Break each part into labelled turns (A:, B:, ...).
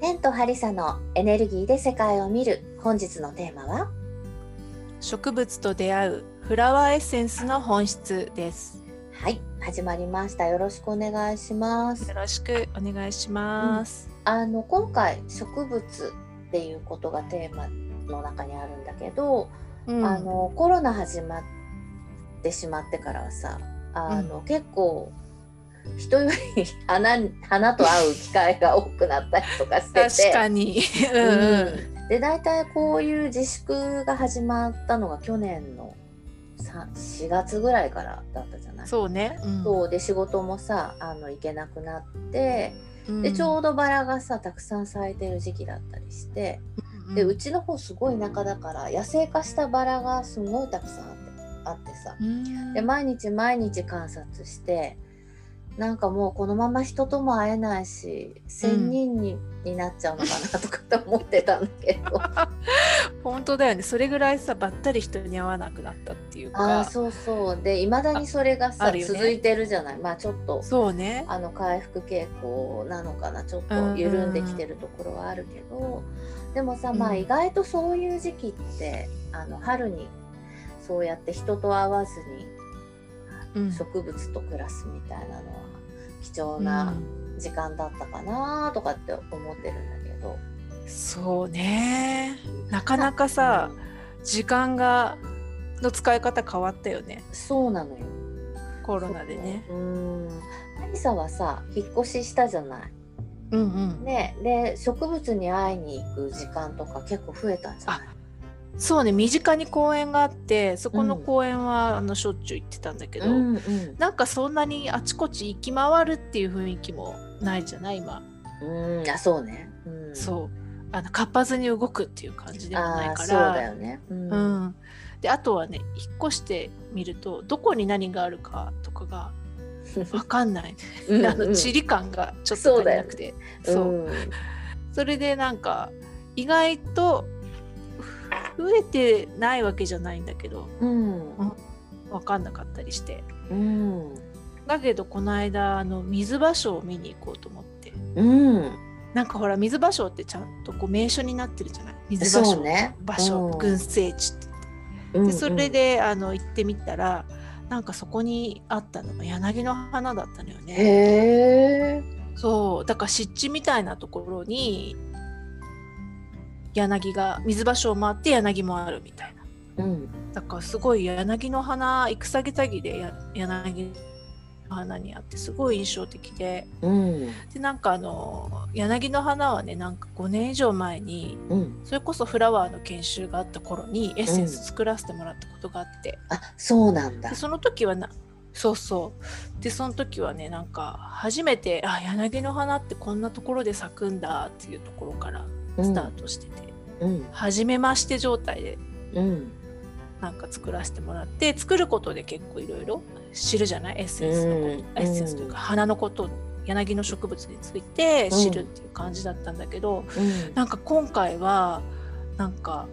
A: テントハリサのエネルギーで世界を見る本日のテーマは
B: 植物と出会うフラワーエッセンスの本質です。
A: はい始まりましたよろしくお願いします
B: よろしくお願いします。
A: あの今回植物っていうことがテーマの中にあるんだけど、
B: うん
A: あのコロナ始まってしまってからはさあの、結構人より花に花と会う機会が多くなったりとかしてて
B: 確かに。うんうん
A: で大体こういう自粛が始まったのが去年のさ4月ぐらいからだったじゃない
B: そうね。うん
A: そうで仕事もさあの行けなくなって、
B: うん
A: でちょうどバラがさたくさん咲いてる時期だったりして、でうちの方すごい田舎だから野生化したバラがすごいたくさんあってあってさ
B: うん
A: で毎日毎日観察してなんかもうこのまま人とも会えないし1,000人に,、になっちゃうのかなとかって思ってたんだけど。
B: 本当だよね。それぐらいさばったり人に会わなくなったっていう
A: あ
B: か。
A: あそうそうでいまだにそれが
B: あ
A: さ、
B: あるよね
A: 続いてるじゃないまあちょっと
B: そうね。
A: あの回復傾向なのかなちょっ
B: うんう
A: と
B: ん
A: 緩んできてるところはあるけどでもさま
B: う
A: あ
B: ん
A: 意外とそういう時期ってあの春にそうやって人と会わず
B: うん
A: に植物と暮らすみたいなのは貴重
B: う
A: なん時間だったかなとかって思ってるんだけど
B: そうね。なかなかさ時間がの使い方変わったよね。
A: そうなのよ。
B: コロナでね。
A: そう。うん。アリサはさ引っ越ししたじゃない。
B: うんうん。
A: ね、で植物に会いに行く時間とか結構増えたんじゃない
B: そうね身近に公園があってそこの公園は、あのしょっちゅう行ってたんだけど、
A: うんうん
B: なんかそんなにあちこち行き回るっていう雰囲気もないじゃない今、
A: うんあそうね、うん、
B: そうあの活発に動くっていう感じではな
A: あ
B: い
A: ー
B: か
A: そう
B: ら
A: だよね、うん
B: うん、であとはね引っ越してみるとどこに何があるかと かが分かんない
A: うん
B: あの地理感がちょっと足りなくてそう,、
A: うん
B: それでなんか意外と増えてないわけじゃないんだけど
A: うん
B: 分かんなかったりして
A: うん
B: だけどこの間あの水芭蕉を見に行こうと思って
A: うん
B: なんかほら水芭蕉ってちゃんとこう名所になってるじゃない水芭
A: そ
B: 蕉、
A: うね
B: 芭蕉、
A: うん
B: 群生地って
A: うん
B: でそれであの行ってみたらなんかそこにあったのが柳の花だったのよ
A: うん
B: ね
A: へえ
B: そうだから湿地みたいなところに柳が水芭蕉もあって柳もあるみたいな
A: うん
B: だからすごい柳の花行くさぎたぎでや柳の花にあってすごい印象的で。
A: うん
B: でなんかあの柳の花はねなんか5年以上前に
A: うん
B: それこそフラワーの研修があった頃にエッセンス作らせてもらったことがあって、
A: あそうなんだ
B: でその時はなそうそうでその時はねなんか初めてあ柳の花ってこんなところで咲くんだっていうところからスタートしてて、
A: うん
B: 初めまして状態で
A: うん
B: なんか作らせてもらって作ることで結構いろいろ知るじゃないエッセンスのこと、
A: うん
B: エッセンスというか花のこと柳の植物について知るっていう感じだったんだけど、
A: うん
B: なんか今回はなんか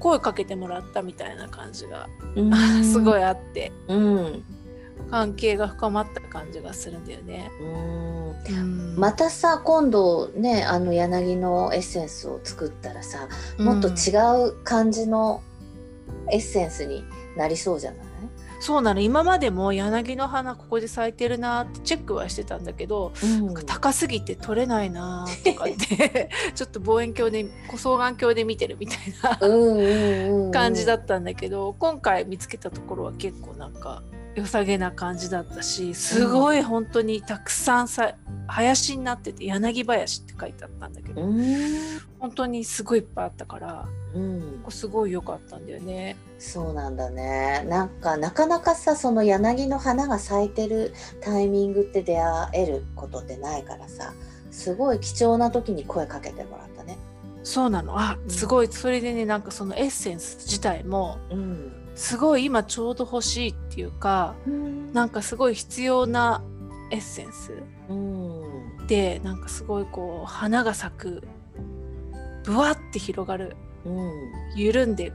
B: 声かけてもらったみたいな感じが
A: うん
B: すごい あって
A: うん
B: 関係が深まった感じがするんだよね。
A: うん
B: うん
A: またさ今度ねあの柳のエッセンスを作ったらさもっと
B: うん
A: 違う感じのエッセンスになりそうじゃない、
B: そうなの今までも柳の花ここで咲いてるなってチェックはしてたんだけど、
A: うん
B: 高すぎて取れないなとかってちょっと望遠鏡で双眼鏡で見てるみたいな
A: うんうんうん、
B: 感じだったんだけど、今回見つけたところは結構なんか良さげな感じだったしすごい本当にたくさんさ林になってて柳林って書いてあったんだけど、
A: うん、
B: 本当にすごいいっぱいあったから
A: うん
B: こ、こすごい良かったんだよね。
A: そうなんだねなんかなかなかさその柳の花が咲いてるタイミングって出会えることってないからさすごい貴重な時に声かけてもらったね。
B: そうなのあすごいそれでねなんかそのエッセンス自体も
A: うん、
B: すごい今ちょうど欲しいっていうかなんかすごい必要なエッセンス
A: うん
B: でなんかすごいこう花が咲くぶわって広がる
A: うん
B: 緩んで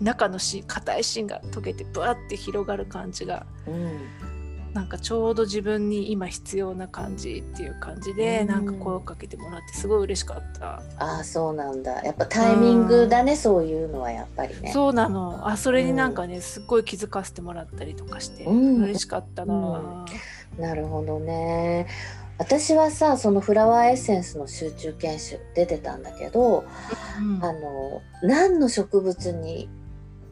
B: 中のし硬い芯が溶けてぶわって広がる感じが
A: うん
B: なんかちょうど自分に今必要な感じっていう感じで、
A: うん
B: なんか声をかけてもらってすごい嬉しかった、
A: ああそうなんだやっぱタイミングだね、そういうのはやっぱりね
B: そうなのあそれになんかね、すっごい気づかせてもらったりとかして、
A: うん
B: 嬉しかったな、
A: うんなるほどね私はさそのフラワーエッセンスの集中研修出てたんだけど、
B: うん
A: あの何の植物に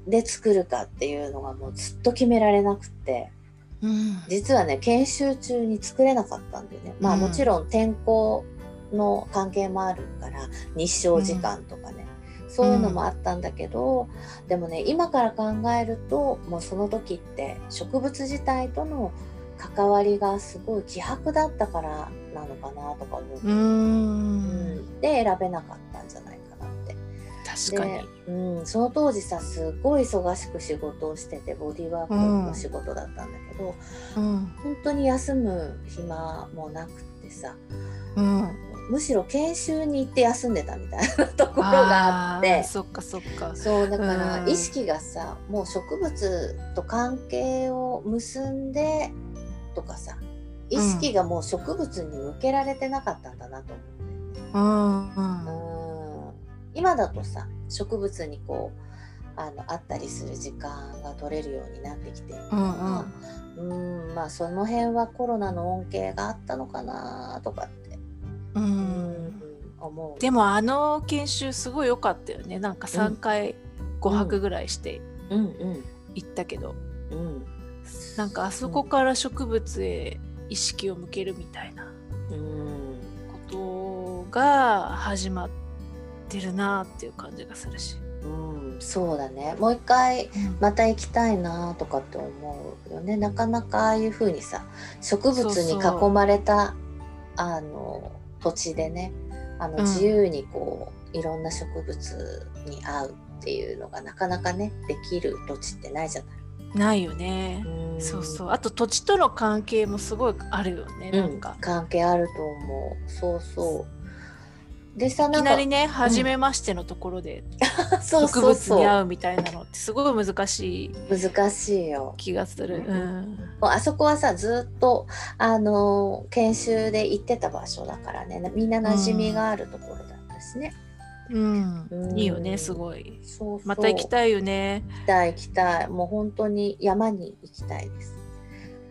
A: で作るかっていうのがもうずっと決められなくって
B: うん
A: 実はね研修中に作れなかったんだよねまあ
B: うん
A: もちろん天候の関係もあるから日照時間とかね、そういうのもあったんだけど、でもね今から考えるともうその時って植物自体との関わりがすごい希薄だったからなのかなとか思う、
B: う
A: うん
B: ん
A: で選べなかったんじゃないかなって
B: 確かに
A: で、うん、その当時さすごい忙しく仕事をしててボディーワークの仕事だったんだけど、
B: うん
A: 本当に休む暇もなくってさ
B: うん、
A: むしろ研修に行って休んでたみたいなところがあっ
B: ー
A: て
B: そっかそっか
A: そうだから
B: うん
A: 意識がさもう植物と関係を結んでとかさ意識がもう植物に向けられてなかったんだなと思う。
B: うんうん
A: うん今だとさ植物にこうあのあったりする時間が取れるようになってきて
B: うんうん
A: うんまあその辺はコロナの恩恵があったのかなとかって、う
B: う
A: ん思う。
B: でもあの研修すごい良かったよねなんか3回5泊ぐらいして
A: うんうん
B: 行ったけど、
A: うん
B: なんかあそこから植物へ意識を向けるみたいな
A: うん
B: ことが始まってるなっていう感じがするし、
A: うんそうだねもう一回また行きたいなとかって思うよねなかなかああいう風にさ植物に
B: そうそう
A: 囲まれたあの土地でねあの
B: うん
A: 自由にこう、いろんな植物に会うっていうのがなかなかねできる土地ってないじゃない。
B: ないよね、そうそうあと土地との関係もすごいあるよね、
A: う
B: なん
A: ん
B: か
A: 関係あると思うそうそうでさ
B: い
A: な
B: き
A: んか
B: なりね初めましてのところで
A: そう
B: 植
A: そう
B: 物に
A: そ
B: 会うみたいなのってすごい難しいう
A: 難しいよ
B: 気がする、うん
A: もうあそこはさずっと、あのー研修で行ってた場所だからねみんな馴染みがあるところだったしね、
B: うん
A: うん
B: いいよねすごい
A: そうそう
B: また行き
A: い
B: たいよね
A: 行きたい行きたいもう本当に山に行きたいです、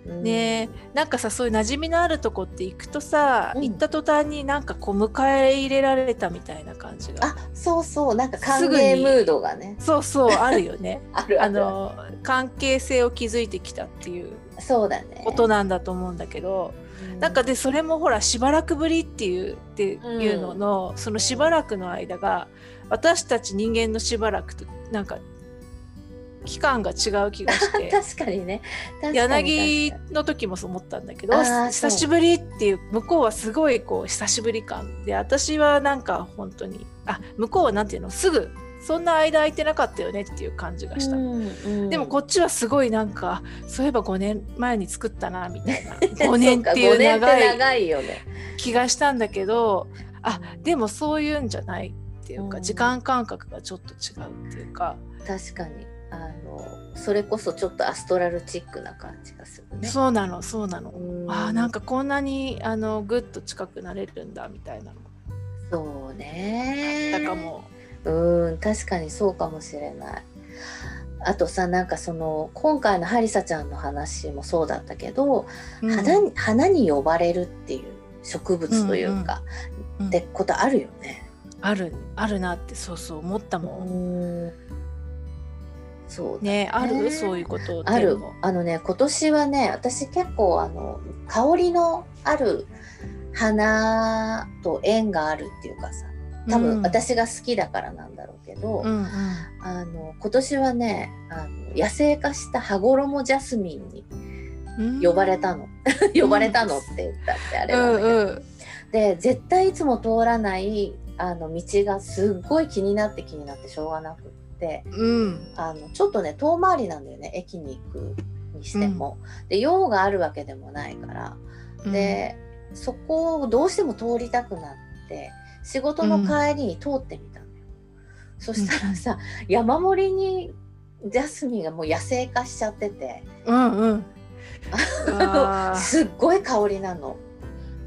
A: うん
B: ねなんかさそういう馴染みのあるとこって行くとさ、
A: うん
B: 行った途端になんかこう迎え入れられたみたいな感じが
A: あそうそうなんか歓
B: すぐに
A: 迎ムードがね
B: そうそうあるよ ね
A: あるあ
B: あ
A: るあ
B: の関係性を築いてきたっていう
A: るそうだね
B: ことなんだと思うんだけど、
A: う
B: なんかでそれもほらしばらくぶりっていうっていうのの、そのしばらくの間が私たち人間のしばらくとなんか期間が違う気がし て。
A: 確かにね確かに
B: 柳
A: 確か
B: の時もそう思ったんだけど
A: あーそう
B: 久しぶりっていう向こうはすごいこう久しぶり感で私はなんか本当にあ向こうはなんていうのすぐそんな間空いてなかったよねっていう感じが
A: に
B: した、
A: うんうん
B: でもこっちはすごいなんかそういえば5年前に作ったなみたいな
A: そうか
B: 5年っていう長
A: 五年って
B: い
A: 長いよね
B: 気がしたんだけどあでもそういうんじゃないっていうか、
A: うん
B: 時間感覚がちょっと違うっていうか、
A: 確かにあのそれこそちょっとアストラルチックな感じがするね
B: そうなのそうなの、
A: うん
B: あーなんかこんなにあのぐっと近くなれるんだみたいなの
A: そうね
B: だかも
A: うん確かにそうかもしれないあとさなんかその今回のハリサちゃんの話もそうだったけど、
B: う、
A: 花に花に呼ばれるっていう植物というか、
B: うん
A: ってことあるよね。
B: あるあるなってそうそう思ったもん、
A: うんそうだ
B: ねある、
A: ね
B: そういうこと
A: ある
B: でも
A: あのね今年はね私結構あの香りのある花と縁があるっていうかさ多
B: う
A: 分
B: ん
A: 私が好きだからなんだろうけど、
B: うんうん
A: あの今年はねあの野生化した羽衣ジャスミンに
B: うん
A: 呼ばれたの、呼ばれたのって言ったってあれ
B: う
A: なんだ
B: ん
A: けど、
B: うん
A: で絶対いつも通らないあの道がすっごい気になって気になってしょうがなくって
B: うん
A: あのちょっとね遠回りなんだよね駅に行くにしても、で用があるわけでもないから、
B: うん
A: でそこをどうしても通りたくなって仕事の帰りに通ってみたのよ、そしたらさ山盛りにジャスミンがもう野生化しちゃってて
B: うんうんわー
A: すっごい香りなの。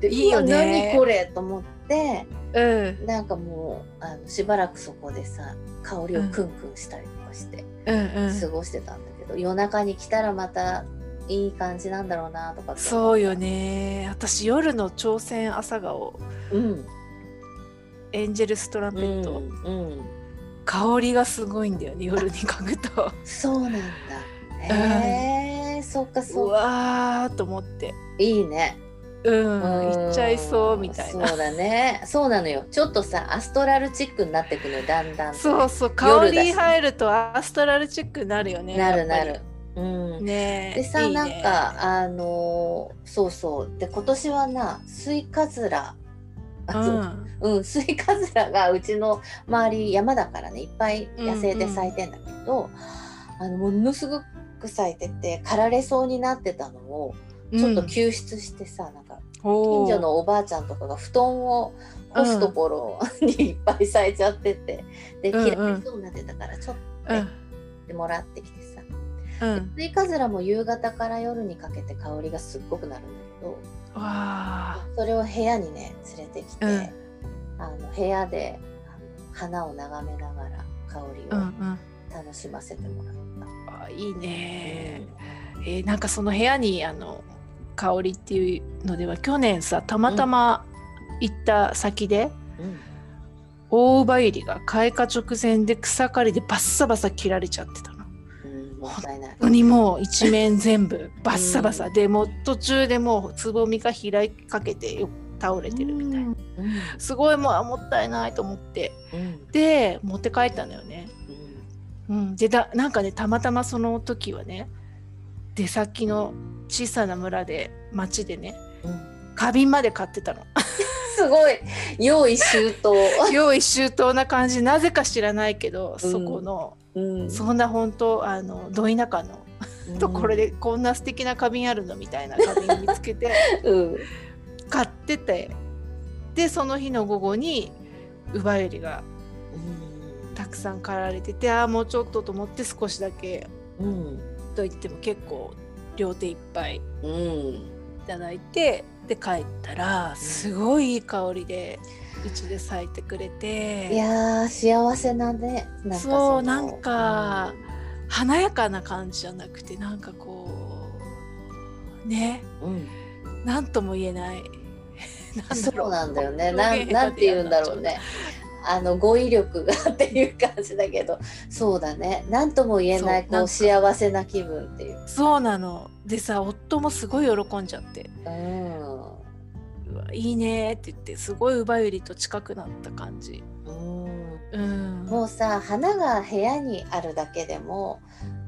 A: で
B: いいよね
A: うわ何これと思って
B: うん
A: なんかもうあのしばらくそこでさ香りをクンクンしたりとかして
B: うんうん
A: 過ごしてたんだけど、夜中に来たらまたいい感じなんだろうなとかって思った
B: そうよ、ね私夜の朝鮮朝顔
A: うん、
B: エンジェルストランペ
A: うん
B: ット、
A: うん、
B: 香りがすごいんだよね夜に嗅ぐと
A: そうなんだへえ、そっか
B: う
A: そっか
B: わーと思って
A: いいね
B: うん
A: うん
B: 行っちゃいそうみたいな
A: そうだねそうなのよちょっとさアストラルチックになってくのよだんだんと
B: そうそう香
A: 夜だし
B: り入るとアストラルチックになるよね
A: なるな
B: やっ
A: る
B: ぱ
A: うん
B: りねえ
A: でさ
B: いいね
A: なんかあのーそうそうで今年はなスイカズラ
B: う
A: あそうんうん、スイカズラがうちの周り山だからねいっぱい野生で咲いてんだけど、あのものすごく咲いてて刈られそうになってたのをちょっと救出してさ、なんか近所のおばあちゃんとかが布団を干すところにいっぱい咲いちゃっててで
B: うんうん
A: 切られそうになってたからちょっ
B: うんうん
A: ともらってきてさ
B: うん
A: スイカズラも夕方から夜にかけて香りがすっごくなるんだけど
B: わ
A: それを部屋にね連れてきて、
B: うん
A: あの部屋であの花を眺めながら香り
B: ーうんう
A: を
B: ん
A: 楽しませてもらった。
B: あいいねえーなんかその部屋にあの香りっていうのでは去年さたまたま行った先で、
A: うん
B: 大葉入りが開花直前で草刈りでバッサバサ切られちゃってたの。
A: うん、もったいない。
B: 本当にもう一面全部バッサバサ、でもう途中でもうつぼみが開きかけてよ倒れてるみたいな、
A: うん
B: すごいもうあもったいないと思って
A: うん
B: で持って帰ったのよね、
A: うん
B: うん、でだなんかねたまたまその時はね出先の小さな村で町でね
A: うん
B: 花瓶まで買ってたの
A: すごい用意周到。
B: 用意周到な感じなぜか知らないけど、そこの
A: うん
B: そんな本当あのど田舎のところでこんな素敵な花瓶あるのみたいな花瓶見つ けて
A: うん
B: 買っててでその日の午後にウバユリがたくさん刈られててああもうちょっとと思って少しだけ
A: うん
B: と言っても結構両手いっぱいい
A: うん
B: ただいてで帰ったらすごいいい香りでうちで咲いてくれて
A: いやー幸せなねなんか
B: そ
A: の
B: うなんか、華やかな感じじゃなくてなんかこうね
A: うんうん
B: なんとも言 えない。なんだろ
A: そうなんだよね。
B: 表
A: なん
B: 現下手
A: なんて言うんだろうね。あの語彙力がっていう感じだけど、そうだね。なんとも言えない
B: そう
A: こ
B: なん
A: う
B: か
A: 幸せな気分っていう。
B: そうなの。でさ、夫もすごい喜んじゃって、
A: うん。
B: うわいいねって言って、すごいウバユリと近くなった感じ。
A: うん
B: うん。
A: もうさ、花が部屋にあるだけでも、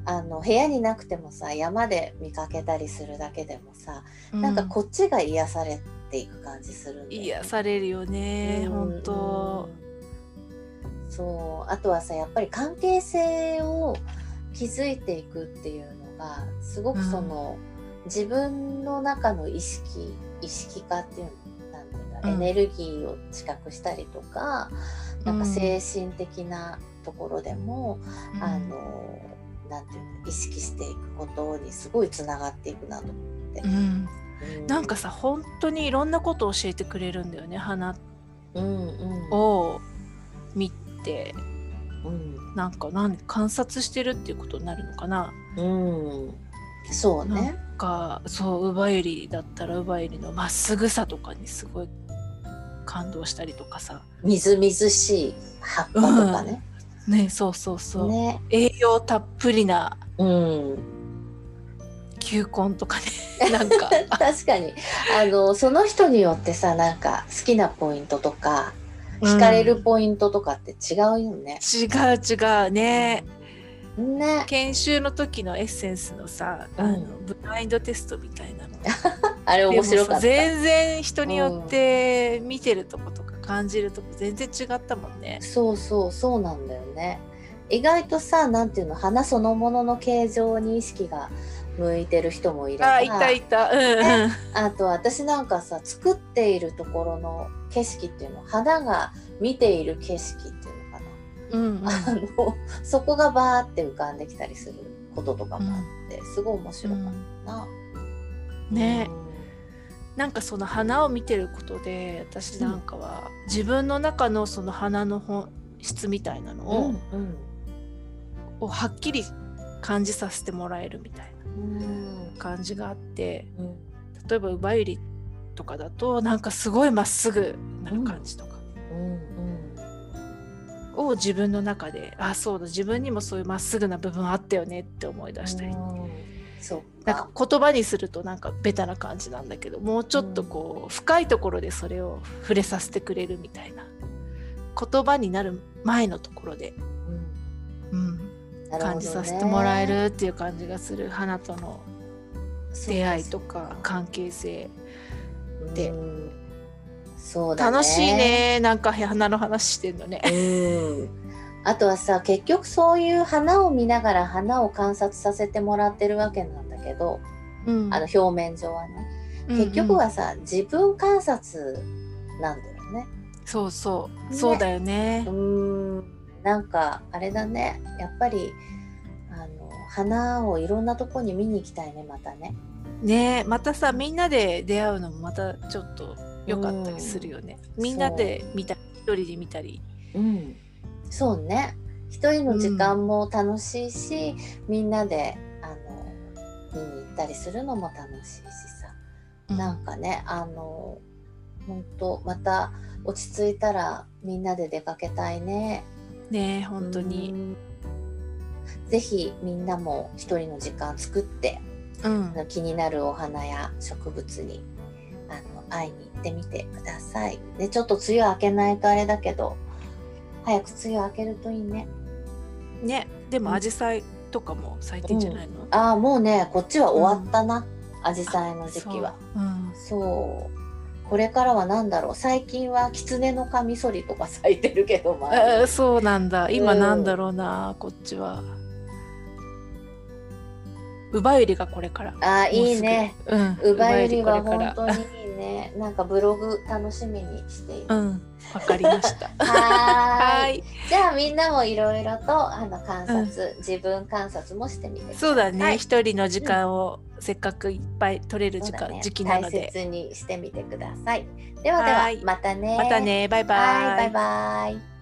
A: あの部屋になくてもさ、山で見かけたりするだけでもさ、
B: うん
A: なんかこっちが癒されていく感じするんだよね
B: 癒されるよね、
A: うん
B: 本当。
A: うんそうあとはさやっぱり関係性を築いていくっていうのがすごくその、自分の中の意識意識化っていうのなんていうんだろう、
B: うん
A: エネルギーを知覚したりとかなんか
B: うん
A: 精神的なところでも、
B: うん
A: あのなんていうの意識していくことにすごいつながっていくなと。
B: うん、
A: う
B: なんか、さ本当にいろんなことを教えてくれるんだよね花
A: うんうん
B: を見て
A: うん
B: なんかなん観察してるっていうことになるのかな
A: うん、そう
B: な
A: ね。
B: んかそうウバユリだったらウバユリのまっすぐさとかにすごい感動したりとかさ
A: みずみずしい葉っぱとかね。
B: ねそうそうそう、
A: ね。
B: 栄養たっぷりな
A: うん。
B: 球根とかねなんか
A: 確かに。あの、その人によってさ、なんか好きなポイントとか、惹かれ
B: う
A: る
B: ん
A: ポイントとかって違うよね。
B: 違う違うね
A: ね。
B: 研修の時のエッセンスのさ、あ
A: う
B: のブラインドテストみたいなの
A: あれ面白
B: でも
A: か
B: さ
A: った。
B: 全然人によって見てるとことか感じるとこ全然違ったもんね
A: そうそう、そうなんだよね。意外とさ、なんていうの、花そのものの形状に意識が向いてる人もいれば。
B: あいたいたうんうん
A: あと私なんかさ作っているところの景色っていうの花が見ている景色っていうのか
B: うん
A: な、あのそこがバーって浮かんできたりすることとかもあって、すごい面
B: う
A: 白かっ
B: ん
A: たな。
B: ねなんかその花を見てることで私なんかは自分の中のその花の本質みたいな
A: う
B: のを,、
A: んうん
B: をはっきり感じさせてもらえるみたい
A: うん
B: な感じがあって
A: うん
B: 例えばウバユリとかだとなんかすごいまっすぐな感じとか
A: うん
B: を自分の中で、あそうだ自分にもそういうまっすぐな部分あったよねって思い出したり、
A: うんそっ
B: な
A: か
B: んか言葉にするとなんかベタな感じなんだけどもうちょっとこう深いところでそれを触れさせてくれるみたいな言葉になる前のところで、
A: うん
B: うん、
A: なるほどね
B: 感じさせてもらえるっていう感じがする花との出会いとか関係性で
A: うんそうだね
B: 楽しいねなんか花の話してんのね。
A: うんあとはさ結局そういう花を見ながら花を観察させてもらってるわけなんだけど
B: うん
A: あの表面上はね結局
B: うんう
A: は
B: ん
A: さ自分観察なんだよね
B: そうそう、
A: ね
B: そうだよね
A: う。ーんなんかあれだねやっぱりあの花をいろんなとこに見に行きたいねまたね
B: ねまたさみんなで出会うのもまたちょっと良かったりするよね。
A: うん
B: みんなで見たり一人で見たり。
A: うんそうね一人の時間も楽しいし、みんなであの見に行ったりするのも楽しいしさなんかねあの本当また落ち着いたらみんなで出かけたいね
B: ね本当に。
A: うんぜひみんなも一人の時間作って
B: うん
A: あの気になるお花や植物にあの会いに行ってみてくださいでちょっと梅雨明けないとあれだけど早く梅雨明けるといいね
B: ねでも紫陽花とかも咲いてんじゃないの？
A: ああもうねこっちは終わったな紫陽花の時期は
B: そう。うん
A: そうこれからは何だろう最近は狐のカミソリとか咲いてるけども
B: えーそうなんだ今
A: うん
B: なんだろうな、こっちはウバユリがこれから
A: あーいいね
B: もうすぐうん
A: ウバユリは
B: ウバユリ
A: 本当にいいねなんかブログ楽しみにしている、
B: うんわかりました
A: は
B: は
A: ーい
B: ーい
A: じゃあみんなもいろいろとあの観察、自分観察もしてみてください
B: そうだ
A: は
B: ね
A: い
B: 一、人の時間をせっかくいっぱい取れる時
A: そ
B: 間、
A: うだね
B: 時期なので
A: 大切にしてみてくださいではでは
B: はい
A: またね
B: またねバイバイ
A: はいバイバイ